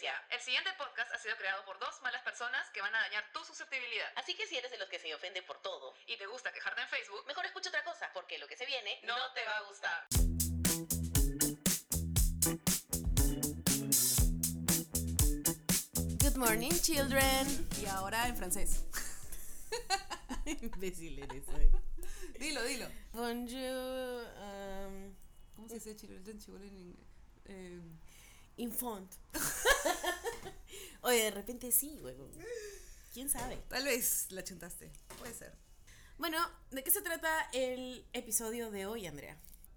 Mira, el siguiente podcast ha sido creado por dos malas personas que van a dañar tu susceptibilidad. Así que si eres de los que se ofende por todo, Y te gusta quejarte en Facebook, mejor escucha otra cosa, porque lo que se viene no, te va a gustar. Good morning, children. Y ahora en francés. Imbécil eres. eh. Dilo, dilo. Bonjour. Um, ¿Cómo se dice chileno en chibolo en inglés? Eh, infant. Oye, de repente sí, huevón. ¿Quién sabe? tal vez la chuntaste. Puede ser. Bueno, ¿de qué se trata el episodio de hoy, Andrea?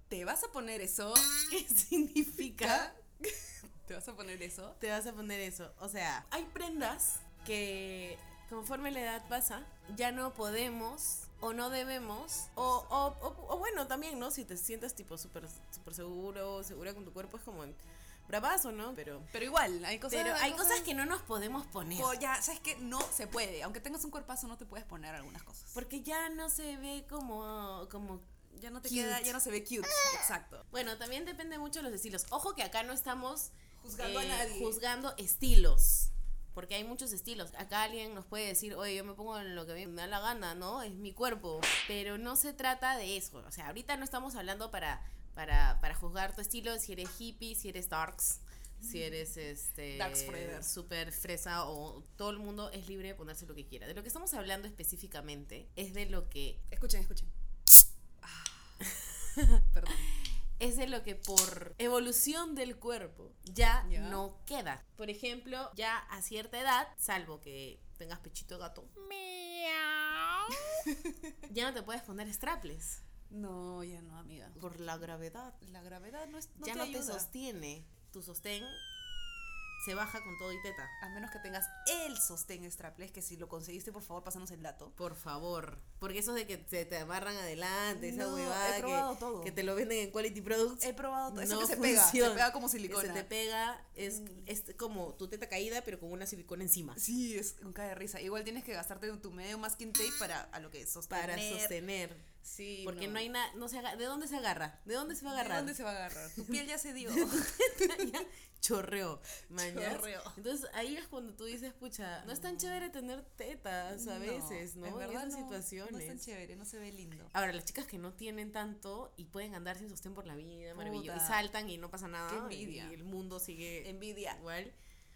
¿Te vas a poner eso? ¿Qué significa? ¿Te vas a poner eso? Te vas a poner eso. O sea, hay prendas que conforme la edad pasa, ya no podemos o no debemos. O, o- o- o bueno, también, ¿no? Si te sientes tipo súper super seguro, segura con tu cuerpo, es como bravazo, ¿no? Pero... Pero igual, hay cosas. Pero hay cosas que no nos podemos poner. Oh, ya, sabes que no se puede. Aunque tengas un cuerpazo, no te puedes poner algunas cosas. Porque ya no se ve como, como... Ya no te Cute. queda, ya no se ve cute. Exacto. Bueno, también depende mucho de los estilos. Ojo que acá no estamos eh, Juzgando a nadie. juzgando estilos. Porque hay muchos estilos. Acá alguien nos puede decir, oye, yo me pongo en lo que a mí me da la gana, ¿no? Es mi cuerpo. Pero no se trata de eso. O sea, ahorita no estamos hablando para, para, para juzgar tu estilo, si eres hippie, si eres darks, si eres este... Darks forever. Super fresa o todo el mundo es libre de ponerse lo que quiera. De lo que estamos hablando específicamente es de lo que Escuchen, escuchen. Ah. Perdón. es de lo que por evolución del cuerpo ya Ya. no queda. Por ejemplo, ya a cierta edad, salvo que tengas pechito de gato, ya no te puedes poner straples No, ya no, amiga. por la gravedad. La gravedad no, es, no ya te no ayuda. te sostiene. Tu sostén se baja con todo y teta. A menos que tengas el sostén strapless, que si lo conseguiste, por favor, pásanos el dato. Por favor, porque eso de que se te amarran adelante, esa No, he huevada probado que, todo. que te lo venden en Quality Products. He probado todo. Eso no que se pega, se funciona. pega como Se silicona. Mm. te pega, es, es como tu teta caída, pero con una silicona encima. Sí, es un cae de risa. Igual tienes que gastarte tu medio masking tape para a lo que sostener. para sostener. Sí, Porque no, hay nada, no se aga- ¿de dónde se agarra? ¿De dónde se va a ¿De agarrar? dónde se va a agarrar? Tu piel ya se dio. Ya, Chorreó, mañas. Chorreó. Entonces ahí es cuando tú dices, pucha, no es tan chévere tener tetas a veces, ¿no? En, esas no, situaciones. No es tan chévere, no se ve lindo. Ahora, las chicas que no tienen tanto y pueden andar sin sostén por la vida, maravilloso. Y Puta. saltan y no pasa nada. Qué envidia. Y el mundo sigue Envidia. igual.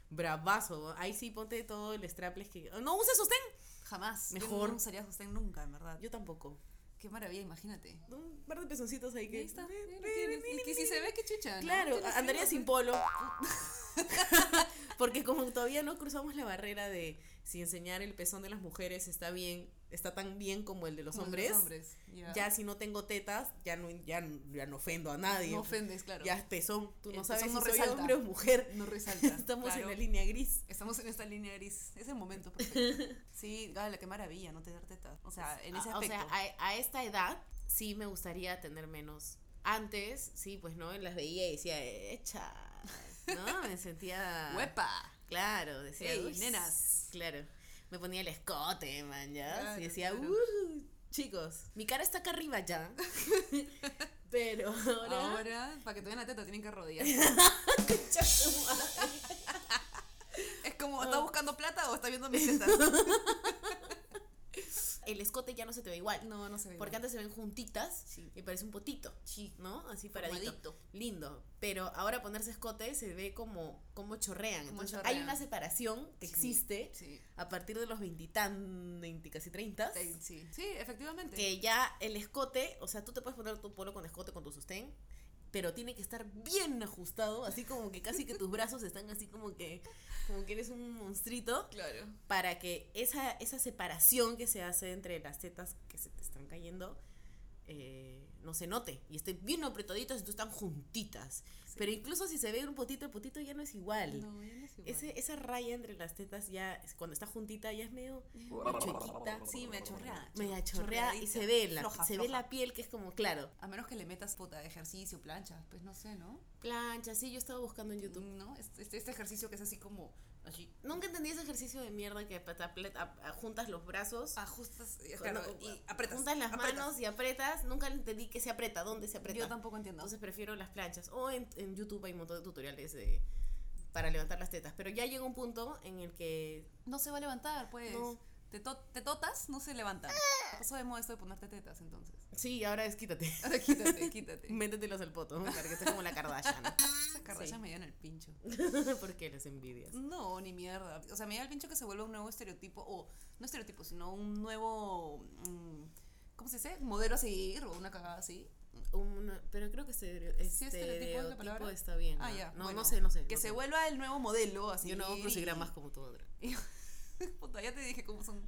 Bravazo. Ahí sí ponte todo el strapless que. "Oh, ¡No uses sostén! Jamás. Yo Mejor. no usaría sostén nunca, en verdad. Yo tampoco. Qué maravilla, imagínate. Un par de pezoncitos ahí Y que. "Eh, ahí está. ahí lo tienes. Y que si se ve, qué chucha. ¿no? Claro, Tienes andaría frío. sin polo. Porque como todavía no cruzamos la barrera de si enseñar el pezón de las mujeres está bien, está tan bien como el de los Como hombres, hombres. Ya. ya si no tengo tetas, ya no, ya, ya no ofendo a nadie. No ofendes, claro. Ya es pezón, tú El no pezón sabes no si soy resalta. hombre o mujer. No resalta. Estamos en claro. la línea gris. Estamos en esta línea gris. Es el momento perfecto. Sí, Gala, qué maravilla no tener tetas. O sea, en ese Ah, o aspecto. sea, a, a esta edad sí me gustaría tener menos. Antes, sí, pues no, las veía y decía, echa. No, me sentía... ¡Huepa! Claro, decía. Ey, "Uy, nenas". Claro. Me ponía el escote, man, ya. Claro, y decía, claro. "Uh, chicos, mi cara está acá arriba ya. Pero ahora. Ahora, para que te vean la teta, tienen que rodear. es como, ¿está buscando plata o está viendo mis tetas? El escote ya no se te ve igual. No, no se ve. Porque igual. antes se ven juntitas Sí. y parece un potito. ¿No? Así paradito. Formadito. Lindo. Pero ahora ponerse escote se ve como, como chorrean. Como Entonces, Hay chorrean. una separación que Sí, existe Sí. a partir de los veintitan, veinti casi treintas. Te- Sí, sí, efectivamente. que ya el escote, o sea, tú te puedes poner tu polo con escote, con tu sostén, pero tiene que estar bien ajustado, así como que casi que tus brazos están así como que, como que eres un monstruito, Claro. para que esa, esa separación que se hace entre las tetas que se te están cayendo, eh, no se note, y estén bien apretaditas y tú están juntitas, pero incluso si se ve un potito, el potito ya no es igual. No, ya no es igual. Ese, esa raya entre las tetas ya, es- cuando está juntita, ya es medio, medio chuequita. Sí, me chorrea. Media chorrea y se ve la, se ve la piel que es como, claro, A menos que le metas puta ejercicio, plancha, pues no sé, ¿no? plancha, sí, yo estaba buscando en YouTube. ¿No? Este, este- este ejercicio que es así como, así, Nunca entendí ese ejercicio de mierda que pata- plet- a- a- juntas los brazos, ajustas eh, cuando- claro, y apretas. juntas las apretas. manos y apretas, nunca entendí que se aprieta, dónde se aprieta. Yo tampoco entiendo. Entonces prefiero las planchas. O en, en YouTube hay un montón de tutoriales de, para levantar las tetas. Pero ya llega un punto en el que No se va a levantar, pues. No. Te, to- te totas, no se levanta. Pasó de moda esto de ponerte tetas, entonces. sí, ahora es quítate. Ahora quítate, quítate. Métetelos al poto para que estés como la Kardashian. Esas carrachas me llevan el pincho. Porque les envidias. No, ni mierda. O sea, me da el pincho que se vuelva un nuevo estereotipo, o no estereotipo, sino un nuevo, mm, ¿cómo se dice? Modelo a seguir o una cagada así. Un- pero creo que este, ¿Sí estereotipo es la palabra? está bien. Ah, ¿no? ya. No, bueno, no sé, no sé. Que no se sé. vuelva el nuevo modelo así. Yo no hago crucigramas crucigramas como tú, Andrea. Puta, ya te dije cómo son,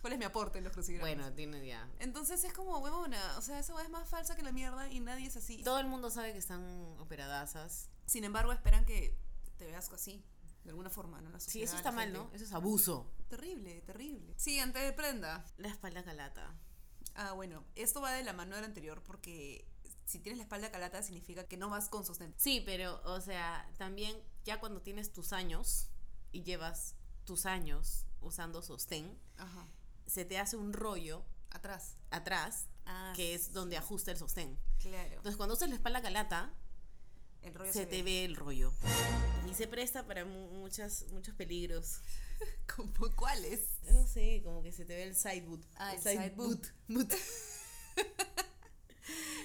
cuál es mi aporte en los crucigramas. Bueno, tiene ya. Entonces es como huevona, o sea, esa hueá es más falsa que la mierda y nadie es así. Todo el mundo sabe que están operadasas. Sin embargo, esperan que te veas así, de alguna forma, ¿no? La Sí, eso sociedad, está la mal, gente. ¿no? Eso es abuso. Terrible, terrible. Siguiente prenda. La espalda calata. Ah, bueno, esto va de la mano del anterior porque si tienes la espalda calata significa que no vas con sostén. Sí, pero, o sea, también ya cuando tienes tus años y llevas tus años usando sostén, Ajá. se te hace un rollo Atrás. atrás Ah, que es donde ajusta el sostén. claro. Entonces, cuando usas la espalda calata, El rollo se, te ve el rollo. Y se presta para mu- muchas, muchos peligros. ¿Cómo cuáles? No sé, como que se te ve el side boot. Ah, el side boot.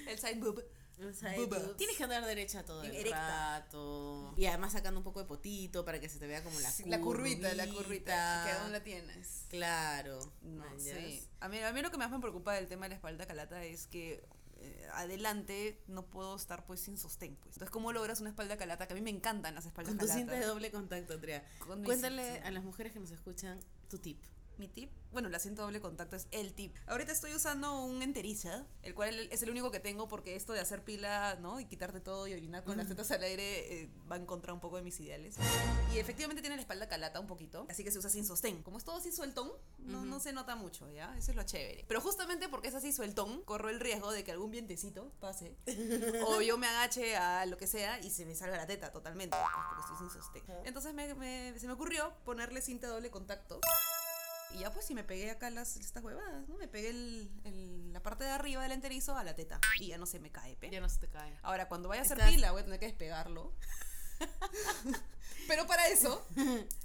El side boob. El side Booba. boot. Tienes que andar derecha todo el Erecta. rato. Y además sacando un poco de potito para que se te vea como la Sí, curvita. La curvita, la curvita. Que aún la tienes. Claro. No Man, ya sé. ves. Ah, A mí, a mí lo que más me preocupa del tema de la espalda calata es que eh, adelante no puedo estar pues sin sostén. Pues. Entonces, ¿cómo logras una espalda calata? Que a mí me encantan las espaldas Con tu cinta de calatas. doble contacto, Andrea. Con mi Cuéntale cinta. a las mujeres que nos escuchan tu tip. Mi tip, bueno, la cinta doble contacto es el tip. Ahorita estoy usando un enteriza, el cual es el único que tengo porque esto de hacer pila, ¿no? Y quitarte todo y orinar con las tetas al aire eh, va en contra un poco de mis ideales. Y efectivamente tiene la espalda calata un poquito, así que se usa sin sostén. Como es todo así sueltón, no, no se nota mucho, ¿ya? Eso es lo chévere. Pero justamente porque es así sueltón, corro el riesgo de que algún vientecito pase o yo me agache a lo que sea y se me salga la teta totalmente, pues, porque estoy sin sostén. Entonces me- me- se me ocurrió ponerle cinta doble contacto. Y ya pues si me pegué acá las, estas huevadas, ¿no? Me pegué el, el- la parte de arriba del enterizo a la teta. Y ya no se me cae, pe. Ya no se te cae. Ahora, cuando vaya a hacer Estás- pila voy a tener que despegarlo. Pero para eso,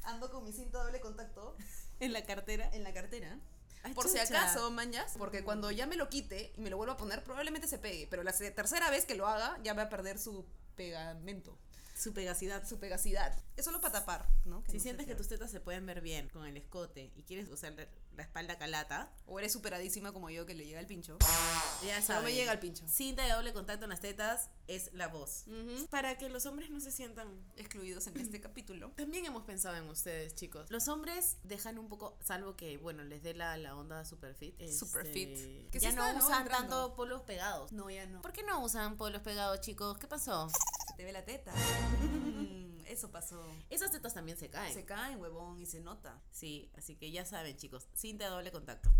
ando con mi cinta doble contacto en la cartera, en la cartera. Ay, Por si chucha. acaso, mañas, porque cuando ya me lo quite y me lo vuelvo a poner, probablemente se pegue. Pero la se- tercera vez que lo haga, ya va a perder su pegamento, Su pegacidad. su pegacidad. Es solo para tapar, ¿no? Si no se sientes que pierda. tus tetas se pueden ver bien con el escote y quieres usar la- la espalda calata, O eres superadísima como yo que le llega el pincho. ya sabes. No me llega el pincho. Cinta de doble contacto en las tetas es la voz. ¿Mm? Para que los hombres no se sientan. Excluidos en este capítulo. También hemos pensado en ustedes, chicos. Los hombres dejan un poco, salvo que, bueno, les dé la, la onda super fit. Super fit. Que Que ya sí no está, ¿no? usan Entrando. tanto polos pegados. No, ya no. ¿Por qué no usan polos pegados, chicos? ¿Qué pasó? Se te ve la teta. eso pasó. Esas tetas también se caen. Se caen, huevón, y se nota. Sí, así que ya saben, chicos. Cinta de doble contacto.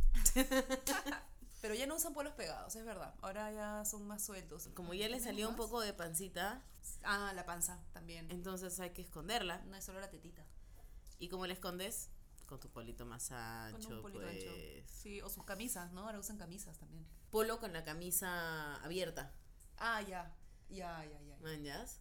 Pero ya no usan polos pegados, es verdad. Ahora ya son más sueltos. Como ya les salió un poco de pancita, Ah, la panza también. entonces hay que esconderla. No es solo la tetita. ¿Y cómo le escondes? Con tu polito más ancho, Con un polito pues. ancho. Sí, o sus camisas, ¿no? Ahora usan camisas también. Polo con la camisa abierta, Ah, ya. Ya, ya, ya. manjas,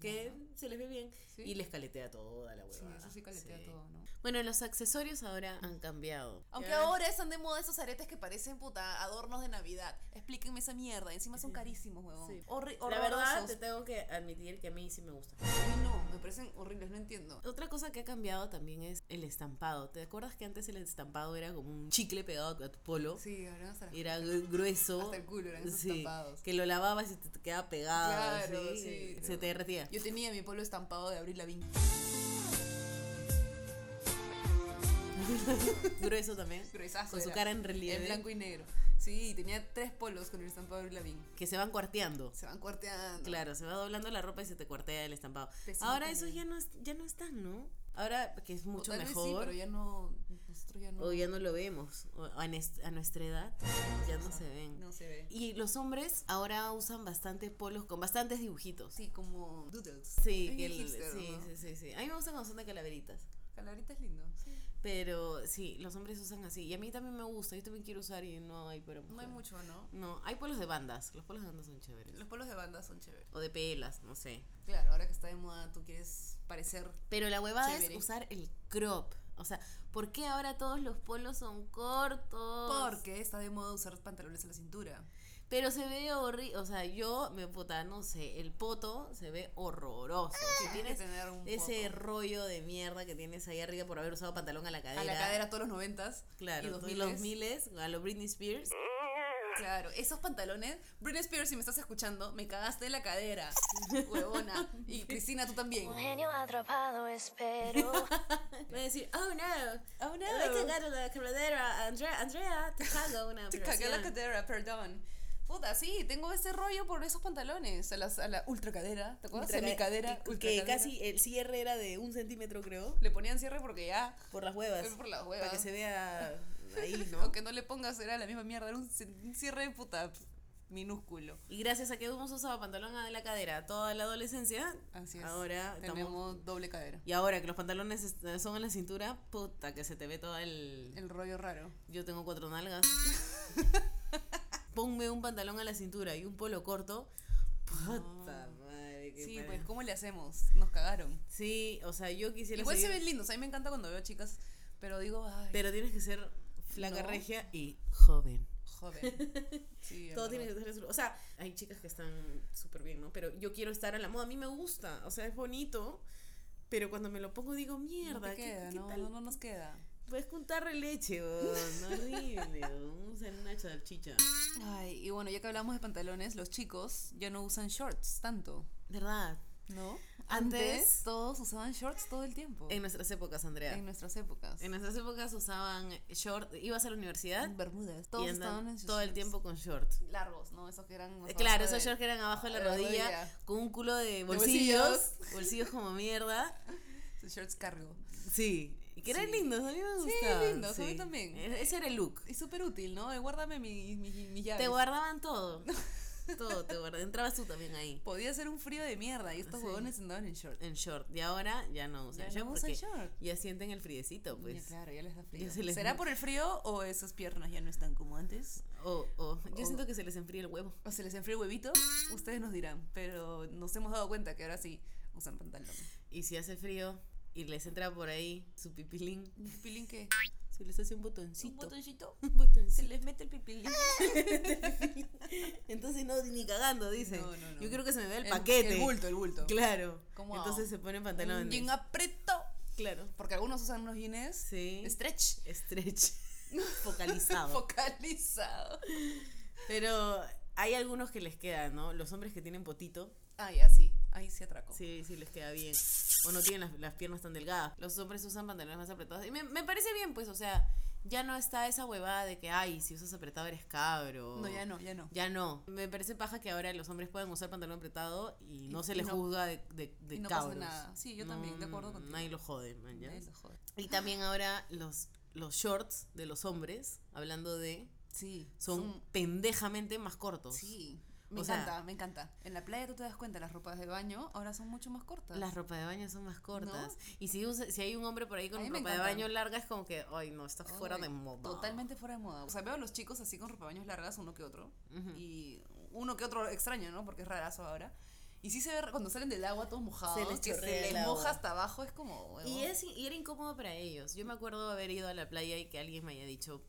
que se les ve bien. Sí. Y les caletea toda la Sí, huevada. eso sí caletea Sí. todo, ¿no? Bueno, los accesorios ahora han cambiado. Aunque Ya. ahora están de moda esos aretes que parecen puta adornos de Navidad. Explíquenme esa mierda. Encima son carísimos, huevón. Sí. Horri- La verdad, te horrorosos. tengo que admitir que a mí sí me gusta. A mí no, me parecen horribles, no entiendo. Otra cosa que ha cambiado también es el estampado. ¿Te acuerdas que antes el estampado era como un chicle pegado a tu polo? Sí, ahora hasta, Era gru- grueso. hasta el culo eran esos Sí, estampados. que lo lavabas y te te quedaba pegado. Claro, así, sí. Se te derretía. Yo tenía mi polo estampado de Abril Lavigne. grueso también. Gruesazo. Con su era. cara en En ¿eh? relieve. blanco y negro. Sí, tenía tres polos con el estampado de Abril Lavigne. Que se van cuarteando. Se van cuarteando. Claro, se va doblando la ropa y se te cuartea el estampado. Pésima Ahora idea. eso ya no, es- ya no está, ¿no? Ahora que es O mucho tal vez Sí, mejor. pero ya no. Nosotros ya no. O ya no lo vemos. o a, nes- a nuestra edad ya no se ven. No se ve. Y los hombres ahora usan bastantes polos con bastantes dibujitos. Sí, como doodles. Sí, que Es bien el- hipster, sí, ¿no? sí, sí, sí. A mí me gustan cuando son de calaveritas. Calabrita es lindo. Pero sí, los hombres usan así. Y a mí también me gusta. Yo también quiero usar y no hay para No hay mujer. mucho, ¿no? No, hay polos de bandas. Los polos de bandas son chéveres. Los polos de banda son chéveres. O de pelas, no sé. Claro, ahora que está de moda, tú quieres parecer. Pero la huevada Chévere. es usar el crop. O sea, ¿por qué ahora todos los polos son cortos? Porque está de moda usar pantalones a la cintura. Pero se ve horrible. O sea, yo me puta, no sé. El poto se ve horroroso. Si tienes Tienes Ah, que tener un ese poco. rollo de mierda que tienes ahí arriba por haber usado pantalón a la cadera. a la cadera todos los noventas Claro, y todos dos los miles, a los Britney Spears. Claro, esos pantalones. Britney Spears, si me estás escuchando, me cagaste la cadera, huevona. Y Cristina, tú también. Un genio atrapado, espero. Van a decir, oh no, Oh no. Le he cagado la cadera a Andrea, Andrea, te cago una Te cagué la operación". cadera, perdón. Puta, sí, tengo ese rollo por esos pantalones. A, las, a la ultra cadera, ¿te acuerdas? Ultra a mi cadera. que- ultra que cadera. casi el cierre era de un centímetro, creo. Le ponían cierre porque ya. Por las huevas. Por las huevas. Para que se vea ahí, ¿no? Aunque no le pongas, era la misma mierda. Era un, c- un cierre de puta minúsculo. Y gracias a que hemos usado pantalón de la cadera toda la adolescencia, Así es. ahora estamos... tenemos doble cadera. Y ahora que los pantalones est- son en la cintura, puta, que se te ve todo el... El rollo raro. Yo tengo cuatro nalgas. Ponme un pantalón a la cintura y un polo corto. Puta madre, qué Sí, pena. pues, ¿cómo le hacemos? Nos cagaron. pues, Sí, o sea, yo quisiera Igual se seguir- ven lindos. A mí me encanta cuando veo chicas, pero digo, ay, Pero tienes que ser flaca No. regia y joven. joven. Sí, es Todo tiene verdad. que ser azul. O sea, hay chicas que están súper bien, ¿no? Pero yo quiero estar a la moda. A mí me gusta. O sea, es bonito. Pero cuando me lo pongo digo, No mierda, te ¿qué, queda, qué no, tal? no, no nos queda. Puedes juntar leche, weón. Horrible, weón. Usa una salchicha. Ay, y bueno, ya que hablamos de pantalones, los chicos ya no usan shorts tanto, ¿Verdad? ¿no? Antes- Antes, todos usaban shorts todo el tiempo. En nuestras épocas, Andrea. en nuestras épocas. En nuestras épocas usaban short. Ibas a la universidad Bermudas. y Todos estaban andaban en sus todo el shorts tiempo con short. largos, ¿no? Esos que eran. Eh, los Claro, abajo esos de- shorts que eran abajo de la de la rodilla, rodilla. con un culo de bolsillos, bolsillos. bolsillos, como mierda. Esos shorts cargo. Sí, y que eran Sí. lindos, a mí me Sí, gustaban. lindos, a mí también. E- Ese era el look. Y súper útil, ¿no? De guárdame mi- mi- mis llaves. Te guardaban todo. Todo te guardaban. Entrabas tú también ahí, Podía ser un frío de mierda y estos Sí. huevones andaban en shorts. en short. Y ahora ya no usan Ya short. no usan porque short. Ya sienten el friecito, Ya, pues. claro, ya les da frío. se les- ¿Será por el frío o esas piernas ya no están como antes? O, o- yo O- siento que se les enfría el huevo. ¿O se les enfría el huevito? Ustedes nos dirán, pero nos hemos dado cuenta que ahora sí usan pantalón. Y si hace frío y les entra por ahí su pipilín, ¿Pilín qué? se les hace un botoncito. ¿Un botoncito? Un botoncito. Se les mete el pipilín. Entonces no, ni cagando, dicen. No, no, no. Yo creo que se me ve el, paquete. El bulto, el bulto. Claro. ¿Cómo hago? Entonces se ponen Un pantalones. jean aprieto. Claro. Porque algunos usan unos jeans Sí. stretch. Stretch. Focalizado. Focalizado. Pero hay algunos que les quedan, ¿no? Los hombres que tienen potito, Ay, así. Ah, Ahí se atracó. sí, sí les queda bien. O no tienen las, las piernas tan delgadas. Los hombres usan pantalones más apretados. Y me, me parece bien, pues, o sea, ya no está esa huevada de que, ay, si usas apretado eres cabro. No, ya no, ya no. Ya no. Me parece paja que ahora los hombres pueden usar pantalón apretado y no Y- se y les no- juzga de, de, de y no pasa cabros. nada. Sí, yo también, de acuerdo contigo. Nadie lo jode, man, ¿ya? Eso, joder. Y también ahora los, los shorts de los hombres, hablando de, Sí. son pendejamente más cortos. Sí. Me O sea- encanta, me encanta. En la playa tú te das cuenta, las ropas de baño ahora son mucho más cortas. Las ropas de baño son más cortas. Y si, usa- si hay un hombre por ahí con A mí ropa me de encantan. baño larga, es como que, ay, no, está fuera Ay, de moda. Oh, Totalmente fuera de moda. O sea, veo a los chicos así con ropabaños largas, uno que otro. Ujú. Y uno que otro extraño, ¿no? Porque es rarazo ahora. Y sí se ve cuando salen del agua todos mojados, Se les que chorrea se el les moja agua. hasta abajo, es como. huevón. Y, es, y era incómodo para ellos. Yo me acuerdo haber ido a la playa y que alguien me haya dicho,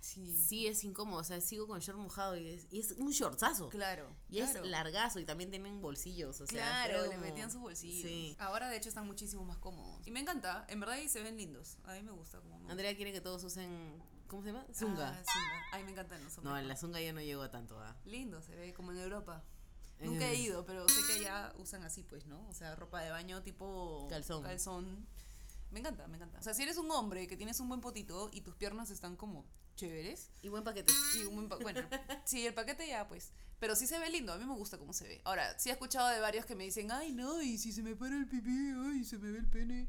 Sí. sí, es incómodo, o sea, sigo con short mojado y es, y es un shortzazo. Claro. Y claro. es largazo y también tienen bolsillos, o sea. Claro, era le como- metían sus bolsillos. Ah, Sí. Ahora de hecho están muchísimo más cómodos. Y me encanta, en verdad y se ven lindos. A mí me gusta como me Andrea quiere que todos usen, ¿cómo se llama? Ah, Zunga. zunga. Ay, me encantan los no, hombres. en la zunga ya no llego a tanto, ¿ah? Lindo, se ve como en Europa. Eh. Nunca he ido, pero sé que allá usan así, pues, ¿no? O sea, ropa de baño tipo Calzón. calzón. Me encanta, me encanta. O sea, si eres un hombre que tienes un buen potito y tus piernas están como chéveres Y buen paquete. y un buen pa- bueno, sí, el paquete ya, pues. Pero sí se ve lindo, a mí me gusta cómo se ve. Ahora, sí he escuchado de varios que me dicen, ay, no, y si se me para el pipí, ay, se me ve el pene.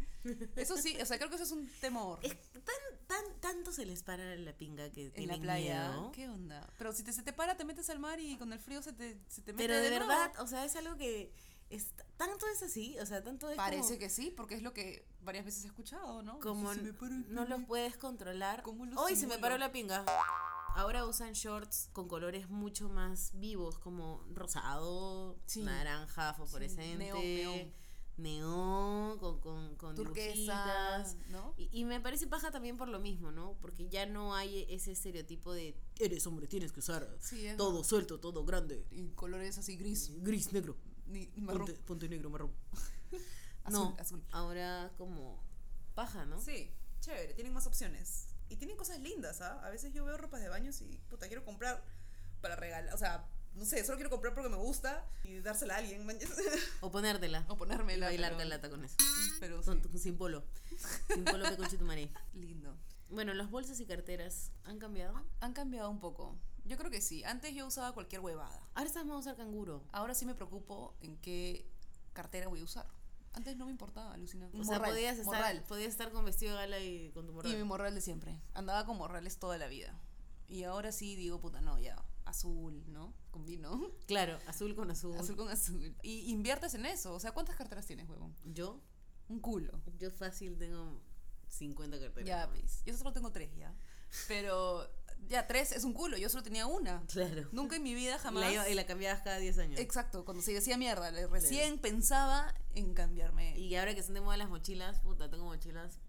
Eso sí, o sea, creo que eso es un temor. Es tan, tan, tanto se les para la pinga que En tienen la playa, miedo. ¿qué onda? Pero si te, se te para, te metes al mar y con el frío se te, se te mete Pero de nuevo. verdad, o sea, es algo que es- tanto es así, o sea, tanto es Parece como, que sí, porque es lo que varias veces he escuchado, ¿no? como Si se me para el no los pene. puedes controlar. ¿Cómo lo Hoy se me simulo? paró la pinga. Ahora usan shorts con colores mucho más vivos, como rosado, Sí. naranja, fosforescente, neón, neón. neón, con, con, con turquesa, dibujitas. ¿no? Y, y me parece paja también por lo mismo, ¿no? Porque ya no hay ese estereotipo de eres hombre, tienes que usar Sí, es todo suelto, todo grande, Y colores así gris, gris, negro, ni marrón, ponte, ponte negro, marrón. azul, no, azul. ahora como paja, ¿no? Sí, chévere, tienen más opciones. Y tienen cosas lindas, ¿ah? A veces yo veo ropas de baños y, puta, quiero comprar para regalar. O sea, no sé, solo quiero comprar porque me gusta y dársela a alguien, man. O ponértela. O y ponérmela. bailar pero- galata con eso. Pero sí, Con- Sin polo. Sin polo que coche tu madre. lindo. Bueno, las bolsas y carteras han cambiado. Han cambiado un poco. Yo creo que sí. Antes yo usaba cualquier huevada. Ahora estamos a usar canguro. Ahora sí me preocupo en qué cartera voy a usar. Antes no me importaba, alucinaba. O sea, podías estar, podías estar con vestido de gala y con tu morral. Y mi morral de siempre. Andaba con morrales toda la vida. Y ahora sí digo, puta, no, ya. Azul, ¿no? Con vino. Claro, azul con azul. Azul con azul. Y inviertes en eso. O sea, ¿cuántas carteras tienes, huevón? Yo, Un culo. yo fácil tengo 50 carteras. ya, ¿no? pues. Yo solo tengo tres, ya. Pero ya tres es un culo. Yo solo tenía una. Claro. Nunca en mi vida jamás. La iba- y la cambiabas cada 10 años. Exacto, cuando se decía mierda, le- recién pensaba en cambiarme. Y ahora que se de moda las mochilas, puta, tengo mochilas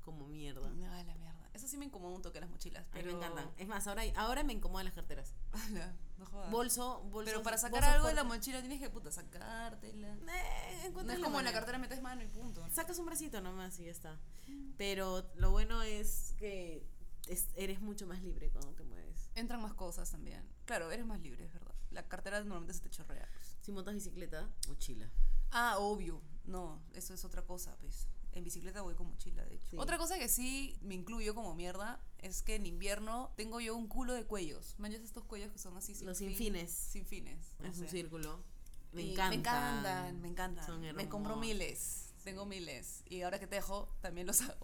como mierda. Ah, la mierda. Eso sí me incomoda un toque las mochilas, Ay, pero me encantan. Es más, ahora, ahora me incomodan las carteras. Ala, no Ah. jodas. Bolso, bolso. pero para sacar algo de la mochila tienes que puta sacártela. eh, No es como en la cartera metes mano y punto. Sacas un bracito nomás y ya está. Mm. Pero lo bueno es que es- eres mucho más libre cuando te mueves. Entran más cosas también. Claro, eres más libre, es verdad. La cartera normalmente se te chorrea. pues. Si montas bicicleta, mochila. Ah, obvio. No, eso es otra cosa, pues. En bicicleta voy con mochila, de hecho. Sí. Otra cosa que sí me incluyo como mierda es que en invierno tengo yo un culo de cuellos. Manchas estos cuellos que son así sin Los fin- sin fines. Sin fines. no Es un sé. círculo. Me Y encantan. Me encantan, me encantan. Son me compro hermosos. miles. Tengo miles. Y ahora que tejo, también los hago.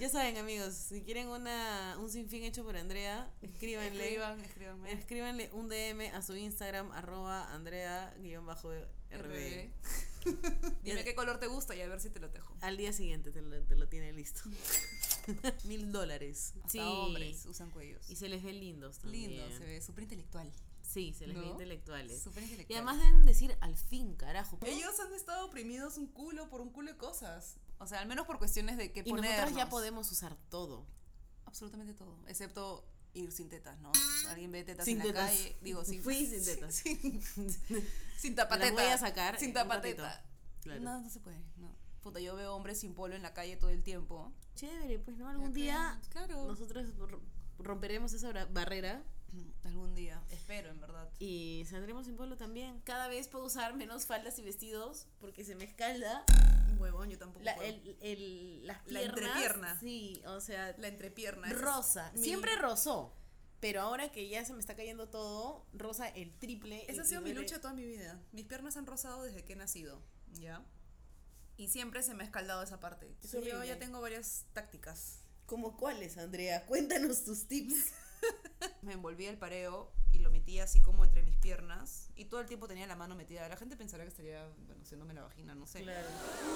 Ya saben, amigos, si quieren una, un sinfín hecho por Andrea, escríbanle. Escriban, escríbanme. Escríbanle un DM a su Instagram, arroba Andrea-RB. RB. Dime qué color te gusta y a ver si te lo tejo. Al día siguiente te lo, te lo tiene listo. Mil dólares. Hasta hombres usan cuellos. Y se les ve lindos también. Lindo, se ve súper intelectual. Sí, se les ve ¿No? intelectuales. Súper intelectual. Y además deben decir al fin, carajo. Ellos han estado oprimidos un culo por un culo de cosas. O sea, al menos por cuestiones de qué y ponernos. nosotras ya podemos usar todo. Absolutamente todo. Excepto ir sin tetas, ¿no? Alguien ve tetas Sin en la tetas. calle. Digo, sin Fui sin tetas. Sin, sin tapateta. Las voy a sacar Sin en un ratito. tapateta. Claro. No, no se puede. No. Puta, yo veo hombres sin polo en la calle todo el tiempo. Chévere, pues no, algún Acá, día Claro. nosotros r- romperemos esa bra- barrera Algún día. Espero, en verdad. y saldremos en pueblo también. Cada vez puedo usar menos faldas y vestidos porque se me escalda Huevón, yo tampoco. la, puedo. el, el- las La piernas. entrepierna. Sí, o sea, la entrepierna. esa es rosa. mi- Siempre rosó. Pero ahora que ya se me está cayendo todo, rosa el triple. Esa y- ha y sido mi duele. lucha toda mi vida. Mis piernas han rosado desde que he nacido, ¿ya? Y siempre se me ha escaldado esa parte. Es Yo horrible. ya tengo varias tácticas. ¿Cómo cuáles, Andrea? Cuéntanos tus tips. Me envolvía el pareo y lo metía así como entre mis piernas. Y todo el tiempo tenía la mano metida. La gente pensará que estaría, bueno, haciéndome la vagina, no sé.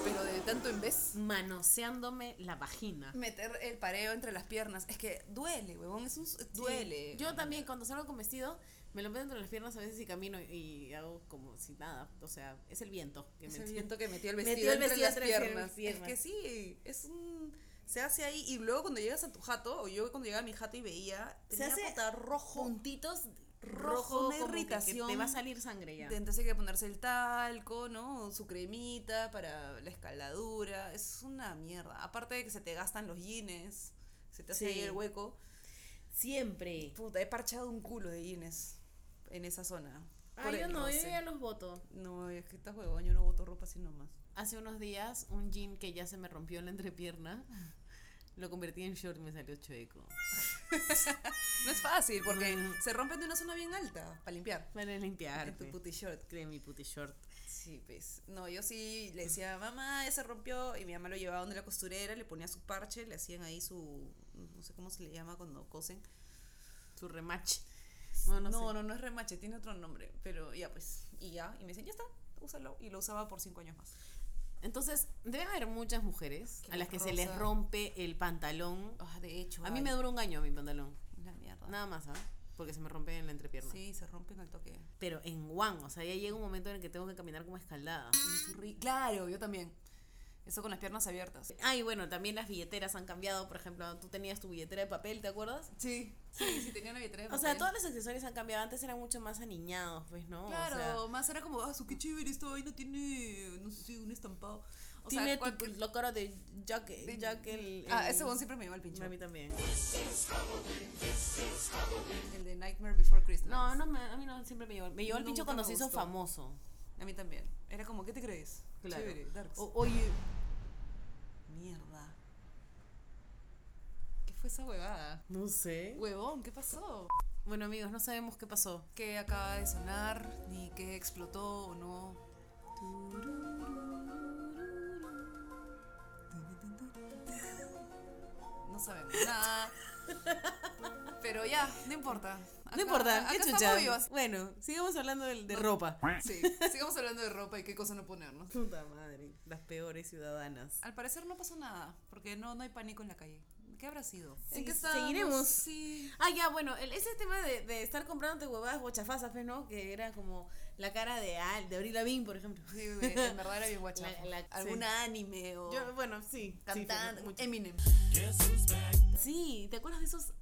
Pero de tanto en vez. Manoseándome la vagina. Mm, Meter el pareo entre las piernas. Es que duele, huevón. Es un, duele. Yo también, cuando salgo con vestido, me lo meto entre las piernas a veces y camino y hago como si nada. O sea, es el viento que me Ese viento que metió el vestido, Metió el entre, vestido las entre las piernas. Es piernas. que sí, es un... Se hace ahí. Y luego cuando llegas a tu jato, o yo cuando llegaba a mi jato y veía... Se tenía hace puta rojo. Puntitos Rojo, rojo, una como que- que irritación. te va a salir sangre ya. Entonces hay que ponerse el talco, ¿no? Su cremita para la escaldadura. Es una mierda. Aparte de que se te gastan los jeans, se te hace Sí. ahí el hueco. Siempre. Puta, he parchado un culo de jeans en esa zona. Ah, Por yo el no, yo roce. ya los voto. No, es que estás huevón, yo no boto ropa así nomás. Hace unos días, un jean que ya se me rompió en la entrepierna, lo convertí en short y me salió chueco. No es fácil, porque se rompen de una zona bien alta para limpiar. Para limpiar. En tu puti short. Cree mi puti short. Sí, pues. No, yo sí le decía, mamá, ya se rompió. Y mi mamá lo llevaba donde la costurera, le ponía su parche, le hacían ahí su. No sé cómo se le llama cuando cosen. Su remache. No, no, No, sé. no, no es remache, tiene otro nombre. Pero ya, pues. Y ya, y me dicen, ya está, úsalo. Y lo usaba por cinco años más. Entonces, deben haber muchas mujeres Que a las les que se les roza. rompe el pantalón. Ah, de hecho. A mí me dura un año mi pantalón. La mierda. Nada más, ¿ah? Porque se me rompe en la entrepierna. Sí, se rompen al toque. Pero en Juan, o sea, ya llega un momento en el que tengo que caminar como escaldada. Un churri- Claro, yo también. Eso con las piernas abiertas. Ay, bueno, también las billeteras han cambiado. Por ejemplo, tú tenías tu billetera de papel, ¿te acuerdas? Sí, sí, sí, tenía una billetera de O sea, papel. todos los accesorios han cambiado. Antes eran mucho más aniñados, pues, ¿no? O Claro, sea, más era como, ah, su qué chévere, esta vaina tiene, no sé, un estampado. O sea, tiene tu cualquier- la cara de Jack, Jack el, Ah, el- ese bon siempre me lleva el pincho. A mí también. El de Nightmare Before Christmas. No, no, me- a mí no siempre me llevó. Me llevó el pincho Nunca cuando me se hizo gustó. famoso. A mí también. Era como, ¿qué te crees? Claro. Chévere, Darks. O- oye, Mierda. ¿Qué fue esa huevada? no sé. Huevón, ¿qué pasó? Bueno, amigos, no sabemos qué pasó. ¿Qué acaba de sonar? ¿Ni qué explotó o no? No sabemos nada. Pero ya, no importa. Acá- No importa, acá qué estamos chucha. vivas. Bueno, sigamos hablando de, de ropa. Sí, sigamos hablando de ropa y qué cosa no ponernos. Puta madre, las peores ciudadanas. Al parecer no pasó nada, porque no, no hay pánico en la calle. ¿Qué habrá sido? Sí, ¿En qué estábamos? seguiremos. Sí. Ah, ya, bueno, el- ese tema de, de estar comprándote huevadas guachafasas, pues, ¿no? Que era como la cara de, Al- de Avril Lavigne, por ejemplo. Sí, güey, en verdad era bien guachafa. La- la- Alguna anime o Yo, bueno, sí. cantante, Sí, Eminem. sí, ¿te acuerdas de esos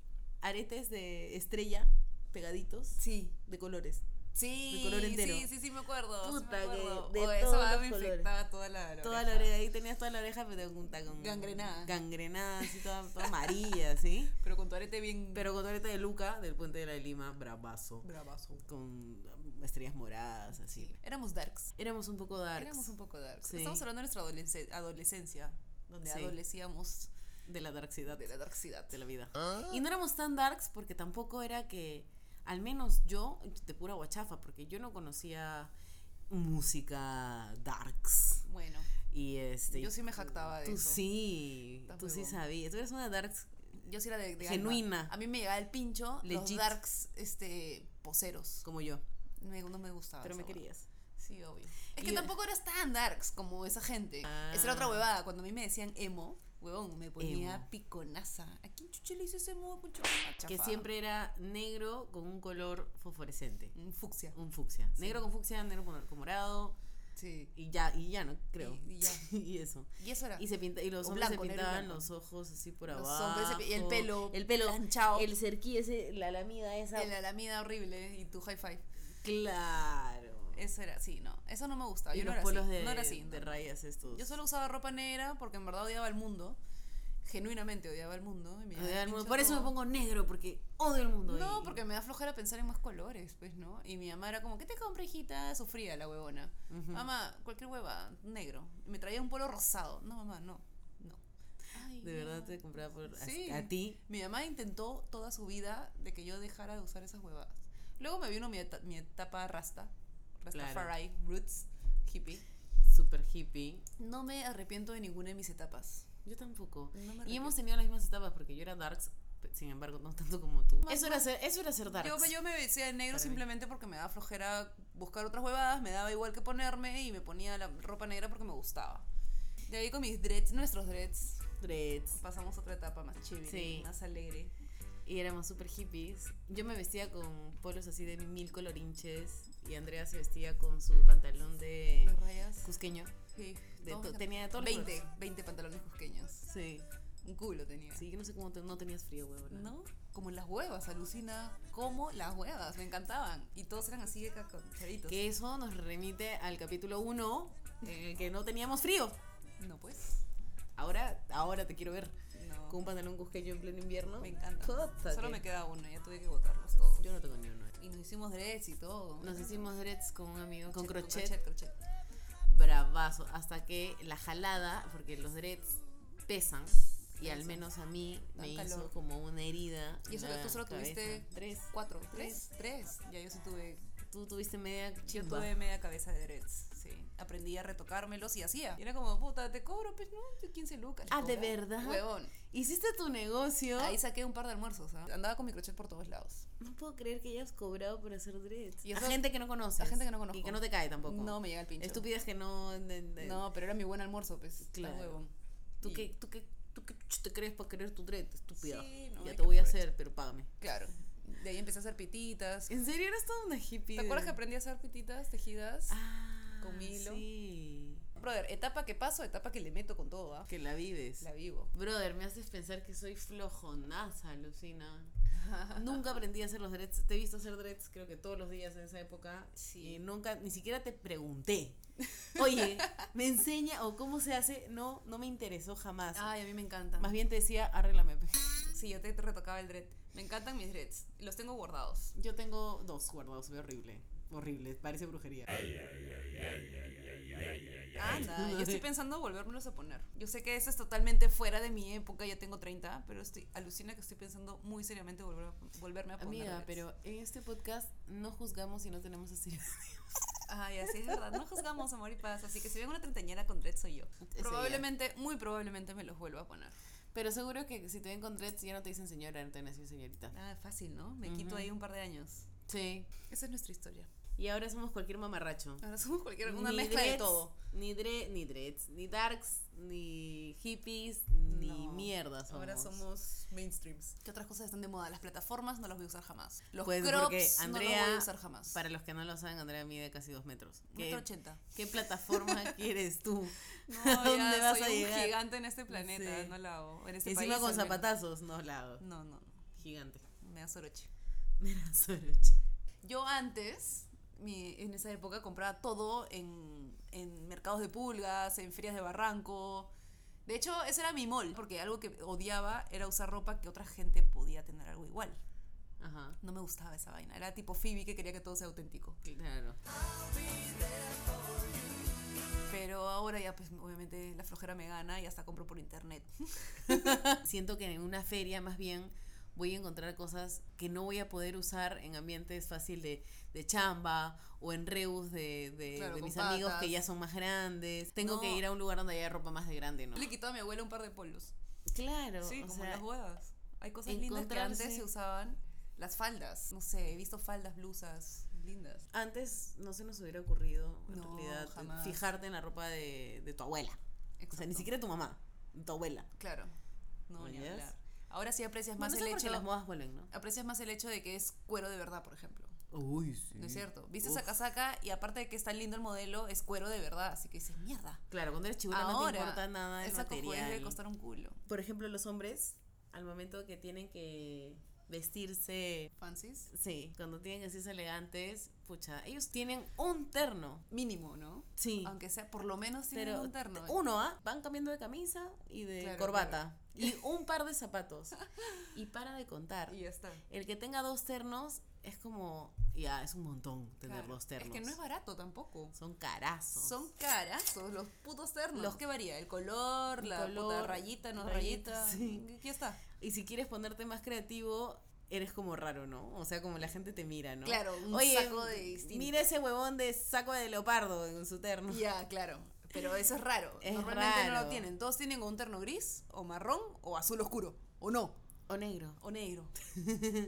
aretes de estrella pegaditos? Sí. De colores. Sí, De color entero. sí, sí, sí, me acuerdo. sí Puta, me que acuerdo. de O esa todos baba los me colores. infectaba toda la, la Toda oreja. la oreja, ahí tenías toda la oreja pero junta con... Gangrenada. Gangrenada, así toda, toda amarilla, ¿sí? Pero con tu arete bien Pero con tu areta de Luca, del Puente de la Lima, bravazo. bravazo. Con um, estrellas moradas, así. Éramos darks. Éramos un poco darks Éramos un poco darks. Sí. Estamos hablando de nuestra adolesc- adolescencia, donde Sí. adolecíamos de la darksidad de la Ah. darksidad. de la vida. Y no éramos tan darks porque tampoco era que, al menos yo, de pura guachafa, porque yo no conocía música darks. Bueno, Y este... yo sí me jactaba de Tú eso. sí, Estás tú muy sí bon. sabías. Tú eres una darks Yo sí era de, de alma. Genuina. A mí me llegaba el pincho Legit. los darks este poseros. como yo, Me- no me gustaba. pero esa me hueva. querías. Sí, obvio. Es Y- que tampoco eras tan darks como esa gente. Ah. Esa era otra huevada. Cuando a mí me decían emo, huevón, me ponía Emo. piconaza. ¿A quién chuche le dices emo? Concha, Que chafa. siempre era negro con un color fosforescente. Mm, Fucsia. Un fucsia. Negro con fucsia, negro con, con morado. Sí. Y ya, y ya no, creo. Y- y ya. Y eso. Y eso era. Y, se pinta, y los O hombres blanco, se negro y pintaban blanco. los ojos así por Los abajo. hombres se pi- y el pelo El pelo. planchado. El cerquí, ese, la lamida esa. En la alameda horrible y tu high five. Claro. Eso era, sí, no. Eso no me gustaba. y Yo no los era, polos así. de, no era así. de no, no. rayas estos. Yo solo usaba ropa negra porque en verdad odiaba el mundo. Genuinamente odiaba el mundo. y me Odiaba llegaba el el mundo. pincho Por eso me todo. pongo negro, porque odio el mundo. No, y- porque me da flojera pensar en más colores, pues, ¿no? Y mi mamá era como, ¿qué te compras, hijita? Sufría la huevona. Mamá, cualquier hueva, negro. Y me traía un polo rosado. No, mamá, no. No. Ay, De ya. verdad te compraba por, a- Sí. a, ti. Mi mamá intentó toda su vida de que yo dejara de usar esas huevadas. Luego me vino mi, eta- mi etapa rasta, Rastafari, roots, hippie. Super hippie. No me arrepiento de ninguna de mis etapas. Yo tampoco. No me y arrepiento. hemos tenido las mismas etapas porque yo era darks, pe- sin embargo, no tanto como tú. Más- Eso era ser, eso era ser darks. Yo, yo me vestía de negro Para mí. simplemente porque me daba flojera buscar otras huevadas, me daba igual que ponerme y me ponía la ropa negra porque me gustaba. De ahí con mis dreads, nuestros dreads, Dreads. pasamos a otra etapa más chévere, Sí. más alegre. Y éramos super hippies. Yo me vestía con polos así de mil colorinches. Y Andrea se vestía con su pantalón de Las rayas. cusqueño. Sí, De todos to- me- tenía de todos los 20, colores. 20 pantalones cusqueños. Sí. Un culo tenía. Sí, yo no sé cómo te- no tenías frío, huevona. ¿No? Como las huevas, alucina. Como las huevas, me encantaban. Y todos eran así de cacharitos. Que eso nos remite al capítulo 1, en el que no teníamos frío. No, pues. Ahora, ahora te quiero ver. No. Con un pantalón cusqueño en pleno invierno. Me encanta. Jota, Solo que- me queda uno, ya tuve que botarlos todos. Yo no tengo ni uno. Y nos hicimos dreads y todo. Nos hicimos dreads con un amigo, con crochet, crochet, crochet. bravazo, hasta que la jalada, porque los dreads pesan, y al menos a mí Dan me hizo calor. como una herida. Y eso en que la tú solo cabeza. tuviste Tres. Cuatro. Tres. Tres. Ya yo sí tuve. Tú tuviste media Yo chimba. tuve media cabeza de dreads. Sí. aprendí a retocármelos y hacía. Y era como, puta, te cobro, pues, ¿no? Te 15 lucas. Ah, ¿de Cobra. verdad? Huevón. Hiciste tu negocio. Ahí saqué un par de almuerzos, ¿ah? Andaba con mi crochet por todos lados. No puedo creer que hayas cobrado por hacer dreads. Y a eso- gente que no conoces. a gente que no conozco. Y que no te cae tampoco. No me llega el pincho. Estúpidas que no. de- de- No, pero era mi buen almuerzo, pues. está Claro. huevón. ¿Tú, Y- qué, tú, qué, ¿Tú qué chucha te crees para querer tu dread? Estúpida. Sí, no, ya hay te que voy a aprovechar. hacer, pero págame. Claro. De ahí empecé a hacer pititas. ¿En serio eres toda una hippie? ¿Te acuerdas que de- aprendí a hacer pititas tejidas? Ah, con hilo? Sí. Brother, etapa que paso, etapa que le meto con todo, ¿ah? Que la vives. La vivo. Brother, me haces pensar que soy flojonaza, Lucina. nunca aprendí a hacer los dreads. Te he visto hacer dreads creo que todos los días en esa época. Sí. Y nunca, ni siquiera te pregunté. Oye, ¿me enseña o cómo se hace? No, no me interesó jamás. Ay, a mí me encanta. Más bien te decía, arréglame. pe". Sí, yo te retocaba el dread. Me encantan mis dreads. Los tengo guardados. Yo tengo dos guardados, ve horrible. Horrible, parece brujería. Anda, yo estoy pensando volvérmelos a poner. Yo sé que eso es totalmente fuera de mi época, ya tengo 30, pero estoy alucina que estoy pensando muy seriamente volver a- volverme a poner. Amiga, dreads. pero en este podcast no juzgamos y no tenemos así. Ay, así es verdad, no juzgamos amor y paz, así que si ven una treintañera con dreads soy yo. Ese Probablemente, muy probablemente me los vuelva a poner. Pero seguro que si te ven con dreads ya no te dicen señora, no te van a decir señorita. Ah, fácil, ¿no? Me quito Ujú. ahí un par de años. Sí. Esa es nuestra historia. Y ahora somos cualquier mamarracho. Ahora somos cualquier una Ni mezcla de dreads, todo. Ni, dre- ni dreads, ni darks, ni hippies, ni No. mierda somos. Ahora somos mainstreams. ¿Qué otras cosas están de moda? Las plataformas no las voy a usar jamás. Los Pues, crops porque no los voy Andrea- a usar jamás. Para los que no lo saben, Andrea mide casi dos metros. Metro ¿Qué, ochenta. qué plataforma quieres tú? No, ¿A dónde ya vas soy a llegar? un gigante en este planeta, Sí. no la hago. En este Encima país, con al menos. Mm. zapatazos, no la hago. No, no, no. Gigante. Me da soroche. Mira, Soroche. Yo antes, mi- en esa época, compraba todo en, en mercados de pulgas, en ferias de barranco. De hecho, ese era mi mall, porque algo que odiaba era usar ropa que otra gente podía tener algo igual. Ajá. No me gustaba esa vaina. Era tipo Phoebe que quería que todo sea auténtico. Claro. Pero ahora ya, pues obviamente la flojera me gana y hasta compro por internet. Siento que en una feria más bien voy a encontrar cosas que no voy a poder usar en ambientes fácil de, de chamba o en reus de, de- Claro, de con mis amigos patas. que ya son más grandes. Tengo que No. ir a un lugar donde haya ropa más de grande, ¿no? Le quitaba a mi abuela un par de polos. Claro. sí, o como sea, las huevas. Hay cosas lindas que encontrarse- antes se usaban. Las faldas. No sé, he visto faldas, blusas lindas. antes no se nos hubiera ocurrido, en No, realidad, jamás. fijarte en la ropa de, de tu abuela. O sea, ni Exacto. siquiera tu mamá, tu abuela. Claro. No, ni ¿Olías? hablar. Ahora sí aprecias Más más el hecho. las modas vuelven, ¿no? Aprecias más el hecho de que es cuero de verdad, por ejemplo. Uy, sí. ¿No es cierto? Viste esa casaca y aparte de que está lindo el modelo, es cuero de verdad. Así que dices, mierda. Claro, cuando eres chibula no te Ahora, importa nada el esa cojuez material. debe costar un culo. por ejemplo, los hombres, al momento que tienen que vestirse, ¿Fancies? sí, cuando tienen que vestirse elegantes, pucha, ellos tienen un terno. Mínimo, ¿no? Sí. Aunque sea, por lo menos tienen pero un terno. uno, ¿ah? Van cambiando de camisa y de Claro, corbata y un par de zapatos. y para de contar. Y ya está. El que tenga dos ternos es como ya es un montón tener Claro. dos ternos. Es que no es barato tampoco. son carazos. Son carazos los putos ternos. Los- ¿Qué varía? El color, El la puta color, rayita, no rayita, rayita. sí. Ya está. Y si quieres ponerte más creativo, eres como raro, ¿no? O sea, como la gente te mira, ¿no? Claro, un saco de distinto. Mira ese huevón de saco de leopardo en su terno. Ya, claro. Pero eso es raro. Es Normalmente no raro. lo tienen. Todos tienen o un terno gris, o marrón, o azul oscuro. O no. O negro. O negro.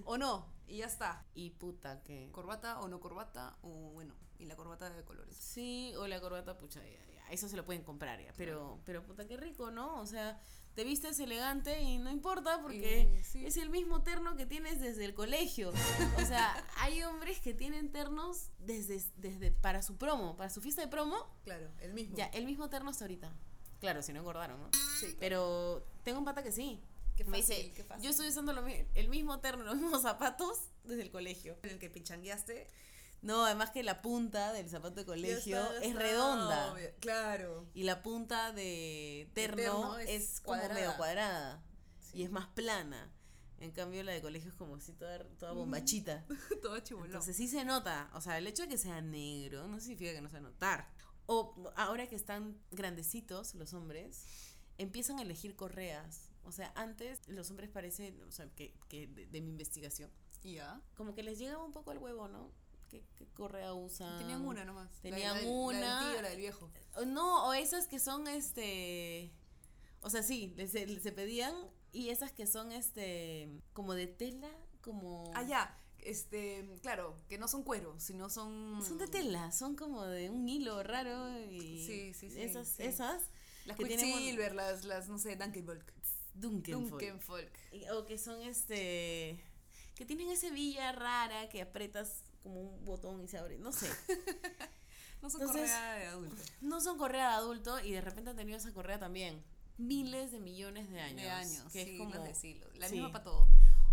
o no. Y ya está. Y puta que. Corbata o no corbata, o bueno. Y la corbata de colores. Sí, o la corbata, pucha, ya, ya, Eso se lo pueden comprar ya. Pero, pero puta qué rico, ¿no? O sea, te vistes elegante y no importa porque Y sí. es el mismo terno que tienes desde el colegio. O sea, hay hombres que tienen ternos desde, desde para su promo, para su fiesta de promo, Claro, el mismo. ya, el mismo terno hasta ahorita. Claro, si no engordaron, ¿no? Sí. Pero tengo un pata que sí. Qué Me fácil, dice, qué fácil. yo estoy usando lo mi- el mismo terno, los mismos zapatos desde el colegio. En el que pinchangueaste. No, además que la punta del zapato de Ya colegio está, ya es está, redonda. obvio. Claro. Y la punta de terno, terno es, es como cuadrada. medio cuadrada. Y es más plana. En cambio, la de colegio es como si toda, toda bombachita. Todo chibolón. Entonces sí se nota. O sea, el hecho de que sea negro no significa que no se va a notar. O ahora que están grandecitos los hombres, empiezan a elegir correas. O sea, antes los hombres parecen, o sea, que, que de, de mi investigación, Y ya. como que les llegaba un poco el huevo, ¿no? ¿Qué, qué correa usan? Tenían una nomás. La- Tenían la del- La una. Eh, del tío, la del viejo. O No, o esas que son este. O sea, sí, les- se, se pedían. Y esas que son este. Como de tela, como. Ah, ya. Este, claro, que no son cuero, sino son. Son de tela, son como de un hilo raro. Y Sí, sí, sí, Esas, sí. esas. Las que tienen un- Quicksilver, las, las, no sé, Dunkelvolk. Dunkenfold. Dunkelvolk. Y- O que son este. Que tienen esa villa rara que apretas como un botón y se abre. No sé. No son Entonces- correa de adulto. No son correa de adulto y de repente han tenido esa correa también. Miles de millones de años. De años. Que es como. de siglos. La sí. misma para todo.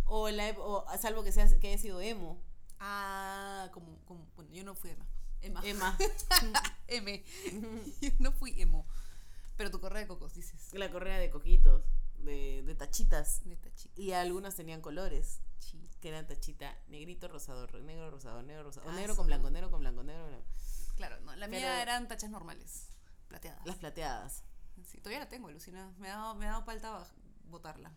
O, la, ep- o a salvo que, seas, que haya sido emo. Ah, como, como. Bueno, yo no fui Emma. Emma. Emma. Em. M. yo no fui emo. Pero tu correa de cocos, dices. La correa de coquitos, de, de tachitas. Neta chica. Y algunas tenían colores. Sí. Que eran tachita, negrito, rosado, ro- negro, rosado, negro, rosado. o Ah, negro sí. con blanco, negro con blanco, negro con blanco. Claro, no. La mía Pero- eran tachas normales, plateadas. Las plateadas. Sí, todavía la tengo, alucinada. Me ha dado, me ha dado falta baj- botarla.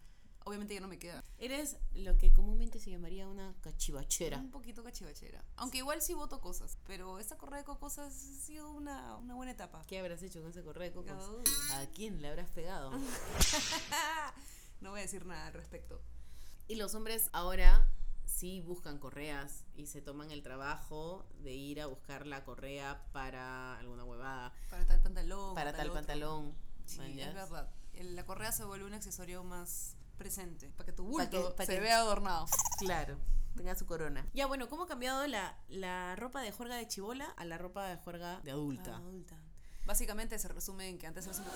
Obviamente ya no me queda. Eres lo que comúnmente se llamaría una cachivachera. Un poquito cachivachera. Aunque igual sí voto cosas. Pero esta correa de cocosas ha sido una, una buena etapa. ¿Qué habrás hecho con ese correa de cocos? Uy. ¿A quién le habrás pegado? No voy a decir nada al respecto. Y los hombres ahora sí buscan correas y se toman el trabajo de ir a buscar la correa para alguna huevada, Para tal pantalón. para tal otro. pantalón. Sí, ¿mañas? es verdad. El- La correa se vuelve un accesorio más presente. Para que tu Pa' que- bulto pa' se que- vea adornado. Claro, tenga su corona. Ya, bueno, ¿cómo ha cambiado la, la ropa de juerga de chibola a la ropa de juerga de adulta? Ah, Adulta. Básicamente se resume en que antes eras una...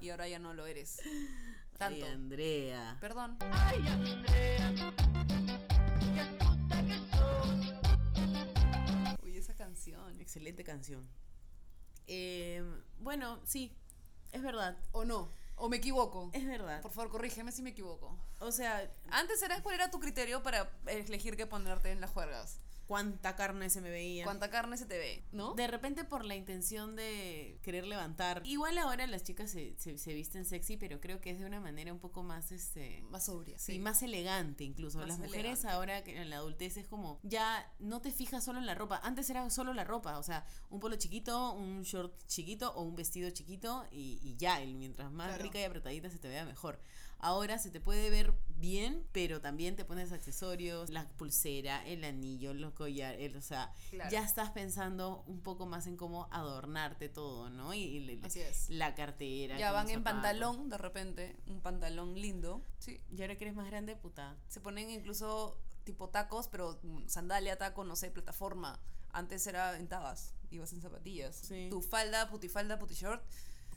Y ahora ya no lo eres. Ay, Tanto. Andrea. Perdón. Uy, esa canción. Excelente canción. Eh, bueno, sí, es verdad, ¿O no? ¿O me equivoco? es verdad. Por favor, corrígeme si me equivoco. O sea, Antes era cuál era tu criterio para elegir qué ponerte en las juergas. cuánta carne se me veía. ¿Cuánta carne se te ve? ¿No? De repente por la intención de querer levantar. Igual ahora las chicas se, se- se visten sexy, pero creo que es de una manera un poco más este más sobria. y más elegante incluso. Más las mujeres elegante. ahora que en la adultez es como ya no te fijas solo en la ropa. Antes era solo la ropa, o sea, un polo chiquito, un short chiquito o un vestido chiquito y, y ya, y mientras más Claro. rica y apretadita se te vea mejor. Ahora se te puede ver bien, pero también te pones accesorios, la pulsera, el anillo, los collares, o sea, Claro. ya estás pensando un poco más en cómo adornarte todo, ¿no? Y, y le- Así es. la cartera. Ya con van los en zapatos. pantalón de repente, un pantalón lindo. Sí. Y ahora que eres más grande, puta. Se ponen incluso tipo tacos, pero mm, sandalia, taco, no sé, plataforma. Antes era en tabas, ibas en zapatillas. Sí. Tu falda, putifalda, putishort,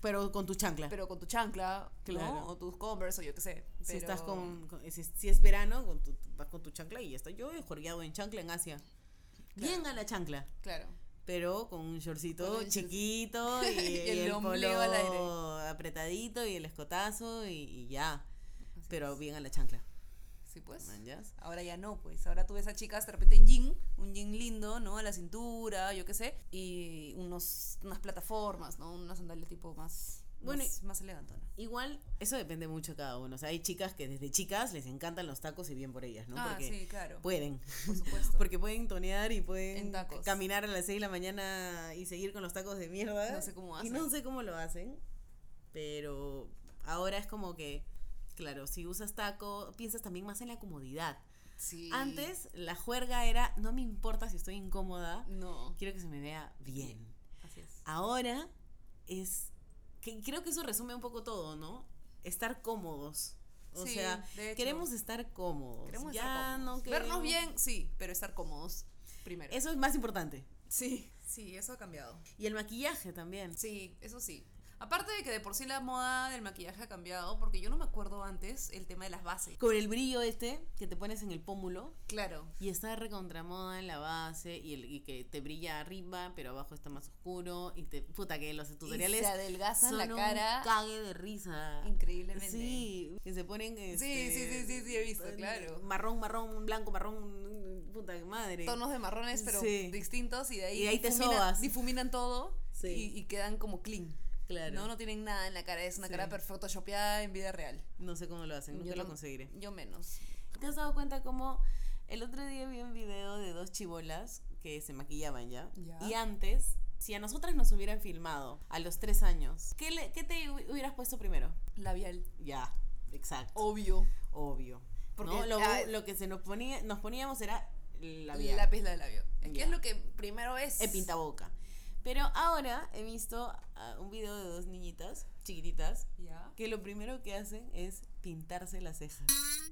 Pero con tu chancla. pero con tu chancla, ¿no? Claro. O tus Converse, o yo qué sé. Si pero- estás con, con- si, es- si es verano, con tu, vas con tu chancla y ya está. Yo he jorgeado en chancla en Asia. Bien a la chancla, Claro. pero con un shortcito Con el short- chiquito y, Y el, el ombligo polo al aire. apretadito y el escotazo y, y ya. Así Pero es. bien a la chancla. Sí, pues. ¿manjas? Ahora ya no, pues. Ahora tú ves a chicas de repente en jean, un jean lindo, ¿no? A la cintura, yo qué sé. Y unos, unas plataformas, ¿no? Una sandalia tipo más. Bueno, más, más elegantona. Igual, eso depende mucho de cada uno. O sea, hay chicas que desde chicas les encantan los tacos y bien por ellas, ¿no? ah, Porque sí, claro. pueden. por supuesto. Porque pueden tonear y pueden En tacos. caminar a las 6 de la mañana y seguir con los tacos de mierda. No sé cómo Y hacen. no sé cómo lo hacen. Pero ahora es como que, claro, si usas taco, piensas también más en la comodidad. Sí. Antes la juerga era, no me importa si estoy incómoda, No. quiero que se me vea bien. Así es. Ahora es, que creo que eso resume un poco todo, ¿no? Estar cómodos. O Sí, sea, de hecho. queremos estar cómodos. Queremos ya estar cómodos. no Vernos queremos- bien, sí, pero estar cómodos primero. Eso es más importante. sí. Sí, eso ha cambiado. Y el maquillaje también. Sí, eso sí. Aparte de que de por sí la moda del maquillaje ha cambiado, porque yo no me acuerdo antes el tema de las bases. Con el brillo este que te pones en el pómulo Claro. y está recontramoda en la base y, el, y que te brilla arriba, pero abajo está más oscuro y te puta que los tutoriales Y se adelgazan son la cara un cague de risa. increíblemente. Sí, que se ponen este, sí, sí, sí, sí, he visto, claro. Marrón, marrón, blanco, marrón, puta que madre. Tonos de marrones, pero Sí. distintos, y de ahí, Y de ahí te difuminan- sobas. difuminan todo Sí. y, y quedan como clean. Claro. No, no tienen nada en la cara, es una Sí. cara perfecta, shopeada en vida real. No sé cómo lo hacen, nunca lo conseguiré. Yo menos. ¿Te has dado cuenta cómo El otro día vi un video de dos chibolas que se maquillaban ya. Ya. Y antes, si a nosotras nos hubieran filmado a los tres años, ¿qué, le- qué te hu- hubieras puesto primero? Labial. Ya, exacto. Obvio. Obvio. Porque, ¿no? lo, ah, lo que se nos ponía, nos poníamos era labial. Lápiz de labio. Es que Ya. es lo que primero es. el pintaboca. Pero ahora he visto ah, un video de dos niñitas chiquititas Ya. que lo primero que hacen es pintarse las cejas.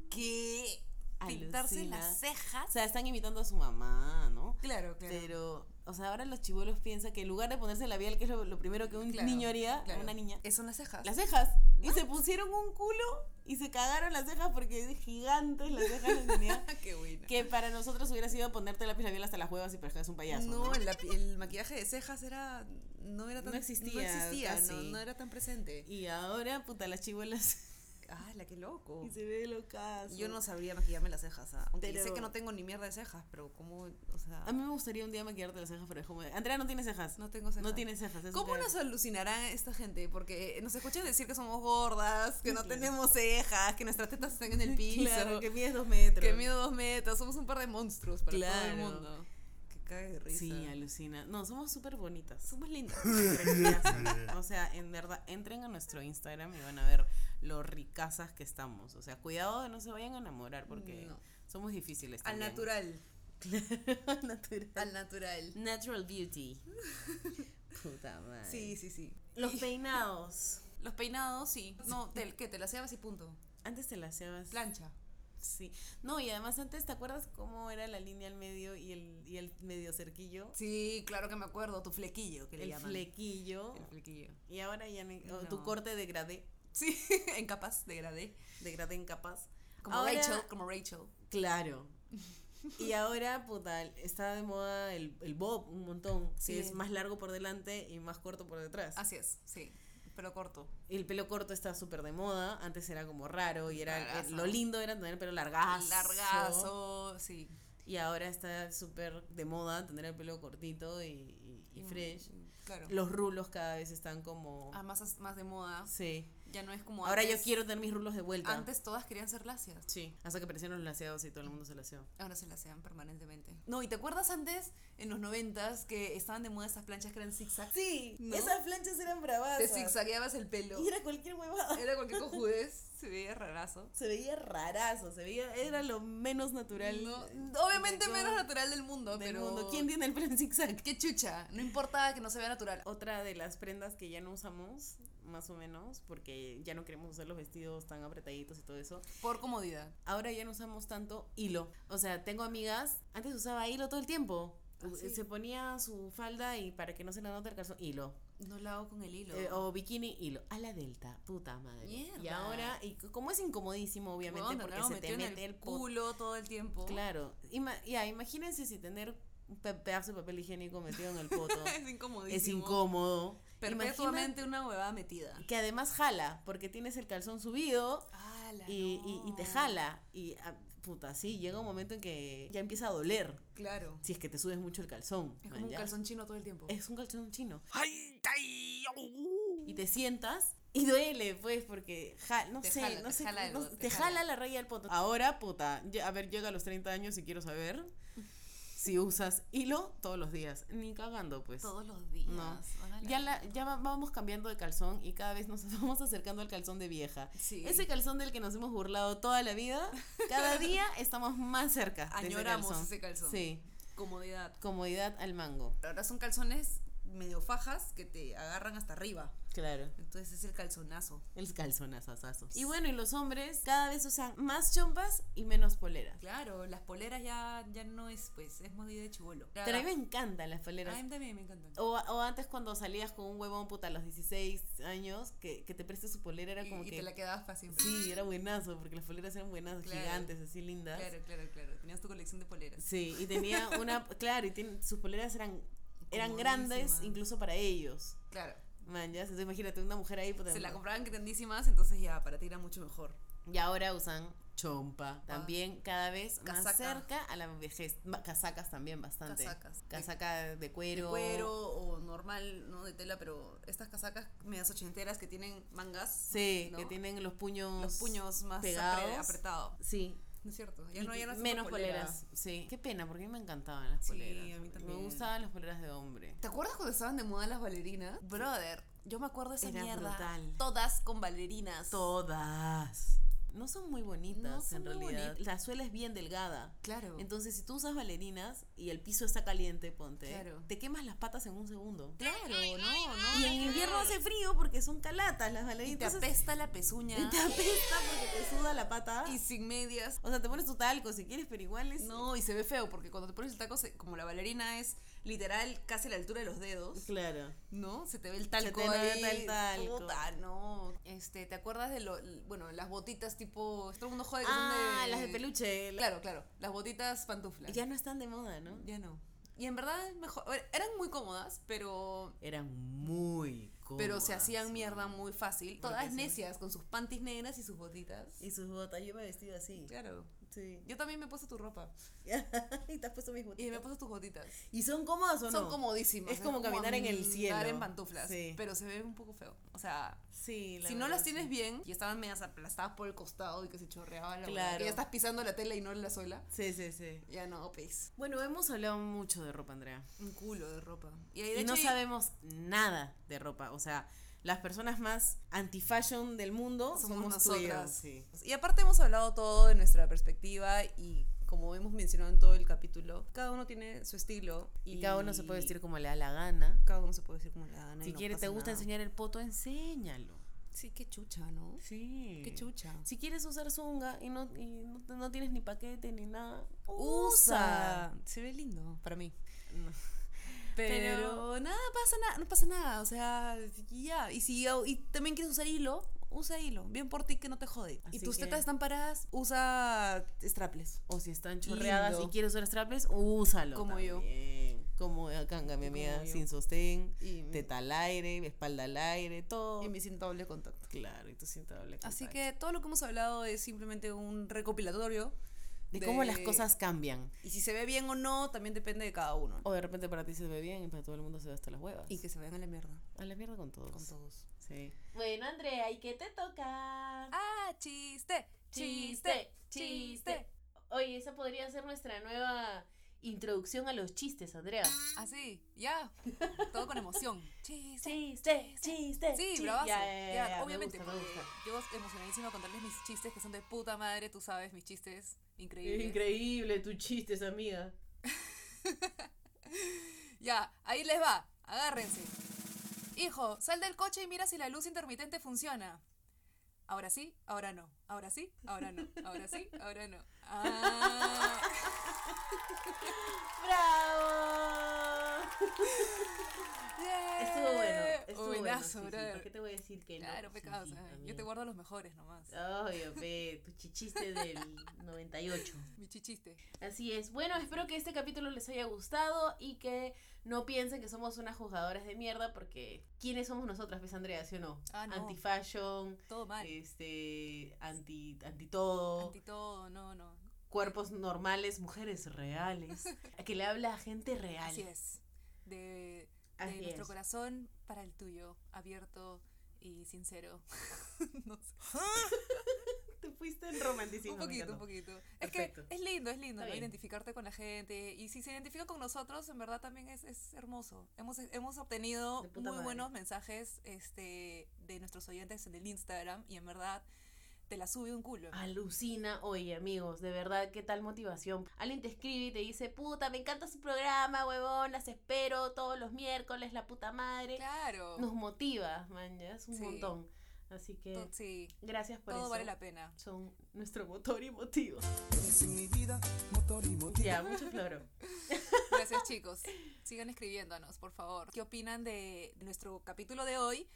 ¿Qué? Pintarse Alucina. las O cejas. sea, están imitando a su mamá, ¿no? Claro, claro. Pero, o sea, ahora los chibolos piensan que en lugar de ponerse labial, que es lo, lo primero que un Claro, niño haría, claro. una niña, Eh, Son las cejas. las cejas. Y se pusieron un culo y se cagaron las cejas porque gigantes las cejas las tenía. Ah, Qué buena. Que para nosotros hubiera sido ponerte lápiz labial hasta las huevas y pareces un payaso. No, ¿no? el, lapi- el maquillaje de cejas era no era tan No existía no existía, casi. no, no era tan presente. Y ahora, puta, las chibolas. Ah, la que loco. y se ve locas. Yo no sabría maquillarme las cejas, ah. aunque Pero- sé que no tengo ni mierda de cejas, pero como, o sea, A mí me gustaría un día maquillarte las cejas, pero es como. Andrea no tiene cejas. no tengo cejas. No tiene cejas. es ¿Cómo un nos alucinarán esta gente? Porque nos escuchan decir que somos gordas, que no tenemos cejas, que nuestras tetas están en el piso, Claro, que que, mides dos metros. mido dos metros, somos un par de monstruos para todo el Claro. mundo. Que cague de risa. Sí, alucina. No, somos súper bonitas. Somos lindas. Ricasas. o sea, en verdad, entren a nuestro Instagram y van a ver lo ricasas que estamos. O sea, cuidado de no se vayan a enamorar porque No. somos difíciles. Al también. natural, Al natural. al natural. Natural beauty. Puta madre. Sí, sí, sí. Los peinados. Los peinados, sí. No, te, que te las llevas y punto. Antes te las hacías. Plancha. Sí. No, y además antes, ¿te acuerdas cómo era la línea al medio y el, y el medio cerquillo? Sí, claro que me acuerdo. Tu flequillo, que le el llaman. flequillo. El flequillo. Y ahora ya ni- o No. tu corte degradé, Sí, en capas, degradé. degradé incapaz. Como Ahora- Rachel, como Rachel. Claro. Y ahora, puta, está de moda el, el bob un montón. que Sí. es más largo por delante y más corto por detrás. Así es, sí. Pero corto. El pelo corto está súper de moda. Antes era como raro y era eh, Largazo. lo lindo era tener el pelo largazo. Largazo, sí. Y ahora está súper de moda tener el pelo cortito y, y- y fresh. Claro. Los rulos cada vez están como... Mm. Ah, más, más de moda. sí. Ya no es como Ahora antes. yo quiero tener mis rulos de vuelta. Antes todas querían ser lacias. Sí, hasta que aparecieron los laseados y todo el mundo se laseó. Ahora se lasean permanentemente. No, ¿y te acuerdas antes, en los noventas, que estaban de moda esas planchas que eran zigzag? Sí, ¿No? esas planchas eran bravas. Te zigzagueabas el pelo. Y era cualquier huevada. Era cualquier cojudez, se veía rarazo. Se veía rarazo, se veía, era lo menos natural. No, obviamente de menos todo natural del mundo, del pero. mundo. ¿Quién tiene el pelo en zigzag? Qué chucha, no importa que no se vea natural. Otra de las prendas que ya no usamos, más o menos, porque ya no queremos usar los vestidos tan apretaditos y todo eso. Por comodidad. Ahora ya no usamos tanto hilo. O sea, tengo amigas, antes usaba hilo todo el tiempo. Ah, sí. Se ponía su falda y para que no se le note el calzón, hilo. No la hago con el hilo. Eh, o bikini hilo. A la delta, puta madre. Y Mierda. ahora, y c- como es incomodísimo, obviamente, Huevón, porque tenerlo se te metido en mete el, po- culo todo el tiempo. Claro. Ima- ya, imagínense si tener un pe- pedazo de papel higiénico metido en el poto Es incomodísimo. es incómodo. Perpetuamente una huevada metida. Imagina Que además jala, porque tienes el calzón subido ¡Hala, y, y- y te no! jala. Y ah, puta, sí, llega un momento en que ya empieza a doler Claro. si es que te subes mucho el calzón. Es man, como un ya. calzón chino todo el tiempo. Es un calzón chino. Y te sientas y duele, pues, porque ja- no Te sé, jala, no te sé, jala no- algo, te, te jala. jala. la raya del poto. Ahora, puta, ya- a ver, llega a los 30 años y quiero saber si usas hilo todos los días, ni cagando, pues. Todos los días. No. Ojalá. Ya, la- ya va- vamos cambiando de calzón y cada vez nos vamos acercando al calzón de vieja. Sí. Ese calzón del que nos hemos burlado toda la vida, cada día estamos más cerca. de Añoramos ese ese calzón. calzón. Sí, Comodidad. comodidad al mango. Ahora son calzones medio fajas que te agarran hasta arriba. Claro. Entonces es el calzonazo. El calzonazazazo. Y bueno, y los hombres cada vez usan más chompas y menos poleras. Claro, las poleras ya, ya no es, pues, es muy de chivolo. Pero a mí me encantan las poleras. A mí también me encantan. O, o antes cuando salías con un huevón puta a los 16 años, que, que te preste su polera era Y, como y que... te la quedabas para siempre. Sí, era buenazo, porque las poleras eran buenas, Claro. gigantes, así lindas. Claro, claro, claro. Tenías tu colección de poleras. Sí, y tenía una... claro, y tiene- sus poleras eran, eran grandes Comodísimas. incluso para ellos. Claro. Man, ya, entonces imagínate una mujer ahí... puta, Se la no. compraban grandísimas, entonces ya, para ti era mucho mejor. Y ahora usan chompa. También cada vez más Casaca. cerca a la vejez. Ma- Casacas también bastante. Casacas. Casaca de De cuero. cuero o normal, no de tela, pero estas casacas medias ochenteras que tienen mangas. Sí, ¿no? que tienen los puños. los puños más apre- pegados. apretados. Sí. No es cierto. Ya no, Y ya no hacemos menos polera. poleras. Sí. Qué pena, porque a mí me encantaban las Sí, poleras. a mí Me también. gustaban las poleras de hombre. ¿Te acuerdas cuando estaban de moda las bailarinas? Brother, yo me acuerdo de esa Era mierda. brutal. Todas con bailarinas. Todas. No son muy bonitas No son en muy realidad. bonitas. La suela es bien delgada. Claro. Entonces, si tú usas bailarinas y el piso está caliente, ponte, Claro. te quemas las patas en un segundo. claro, no, no. Y en invierno hace frío porque son calatas las bailarinas. Y te Entonces, apesta la pezuña. y te apesta porque te suda la pata. Y sin medias. O sea, te pones tu talco si quieres, pero igual es... No, y se ve feo porque cuando te pones el taco, se- como la bailarina es literal casi a la altura de los dedos, Claro. ¿no? Se te ve el talco te ahí. nota el talco. Puta, no. Este, ¿te acuerdas de lo, bueno, las botitas tipo, todo el mundo jode que Ah, son de las de peluche. la- Claro, claro, las botitas pantuflas. Ya no están de moda, ¿no? Ya no. Y en verdad mejor, a ver, eran muy cómodas, pero Eran muy cómodas. pero se hacían mierda muy fácil. Todas sí. necias con sus panties negras y sus botitas. Y sus botas, yo me he vestido así. Claro. Sí. Yo también me he puesto tu ropa y te has puesto mis botas. y me he puesto tus botitas. ¿Y son cómodas o no? Son comodísimas. Es como caminar en el andar cielo. en pantuflas, Sí. pero se ve un poco feo. O sea, Sí, la si no verdad, las tienes sí. bien y estaban medias aplastadas por el costado y que se chorreaba la Claro. Y ya estás pisando la tela y no la suela. Sí, sí, sí. Ya no, pues. Bueno, hemos hablado mucho de ropa, Andrea. Un culo de ropa. Y, ahí, Y, de no hecho, hay- sabemos nada de ropa. O sea, las personas más anti-fashion del mundo somos, somos, tú y yo. nosotras. Sí. Y aparte hemos hablado todo de nuestra perspectiva y como hemos mencionado en todo el capítulo, cada uno tiene su estilo Y cada uno se puede vestir como le da la gana. cada uno se puede vestir como le da la gana. y Si no quieres, pasa te gusta nada. enseñar el poto, enséñalo. Sí, qué chucha, ¿no? Sí. Qué chucha. Si quieres usar zunga y no, y no, te- no tienes ni paquete ni nada, usa. Usa. Se ve lindo para mí. No. Pero, Pero- nada pasa nada, no pasa nada, o sea, y ya, y si y también quieres usar hilo, usa hilo, bien por ti que no te jode. Así y tus que- tetas están paradas, usa straples. O si están chorreadas Lindo. y quieres usar strapless, úsalo. Como yo. también. Como Akanga, mi Como amiga, yo. sin sostén, Y, teta al aire, espalda al aire, todo. y mi cinta doble contacto. Claro, y tú sin doble Así contacto. que todo lo que hemos hablado es simplemente un recopilatorio. De cómo las de- cosas cambian. Y si se ve bien o no, también depende de cada uno. O de repente para ti se ve bien y para todo el mundo se ve hasta las huevas. Y que se vean a la mierda a la mierda con todos. con todos. Sí. Bueno, Andrea, ¿y qué te toca? Ah, chiste, Chiste, chiste. Oye, esa podría ser nuestra nueva introducción a los chistes, Andrea. Así, ya. Todo con emoción. Chiste. Chiste, chiste. Sí, chi- bravazo. Ya, ya, Ya, ya, ya, me obviamente. gusta, me porque gusta. Yo emocionadísima contarles mis chistes que son de puta madre, tú sabes, mis chistes increíbles. Increíble tus chistes, amiga. Ya, ahí les va. Agárrense. Hijo, sal del coche y mira si la luz intermitente funciona. Ahora sí, ahora no. Ahora sí, ahora no. Ahora sí, ahora no. Ah. ¡Bravo! Estuvo bueno. Estuvo Buenazo, bueno. sí, sí, Eh, brother. ¿Para qué te voy a decir que no? Claro, Sí, pecado. sí, Ah. Yo te amiga. guardo los mejores nomás. Obvio, pe, tu chichiste del 98. Mi chichiste. Así es. Bueno, espero que este capítulo les haya gustado y que no piensen que somos unas jugadoras de mierda porque ¿quiénes somos nosotras, pues Andrea, sí o no? Ah, no. Anti-fashion, Todo mal. este, anti, anti todo, Anti eh. todo, no, no. cuerpos normales, mujeres reales, que le habla a gente real. Así es. De, de Así nuestro es. corazón para el tuyo, abierto y sincero. No sé, Te fuiste en romanticismo. un me poquito, un encantó. poquito. Es Perfecto. que es lindo, es lindo, Está ¿no? bien. Identificarte con la gente. Y si se identifica con nosotros, en verdad también es, es hermoso. Hemos, hemos obtenido De muy puta madre. buenos mensajes este, de nuestros oyentes en el Instagram y en verdad te la sube un culo. Alucina, oye amigos, de verdad, qué tal motivación. Alguien te escribe y te dice, puta, me encanta su programa, huevón, las espero todos los miércoles, la puta madre. Claro. Nos motiva, man, ya es un Sí. montón. Así que To- sí, gracias por todo eso. vale la pena. Son nuestro motor y motivo. Eres en mi vida, motor y motivo. Ya, mucho floro. Gracias chicos. Sigan escribiéndonos, por favor. ¿Qué opinan de nuestro capítulo de hoy?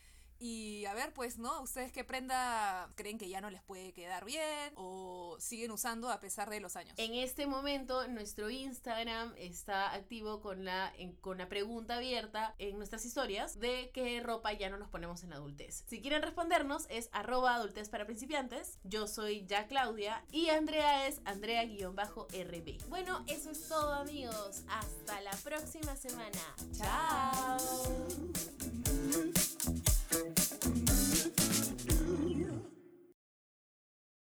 Y a ver, pues, ¿no? ¿Ustedes qué prenda creen que ya no les puede quedar bien? ¿O siguen usando a pesar de los años? En este momento, nuestro Instagram está activo con la, en- con la pregunta abierta en nuestras historias de qué ropa ya no nos ponemos en la adultez. Si quieren respondernos, es arroba adultez para principiantes. Yo soy ya Claudia y Andrea es Andrea-RB. Bueno, eso es todo, amigos. Hasta la próxima semana. ¡Chao!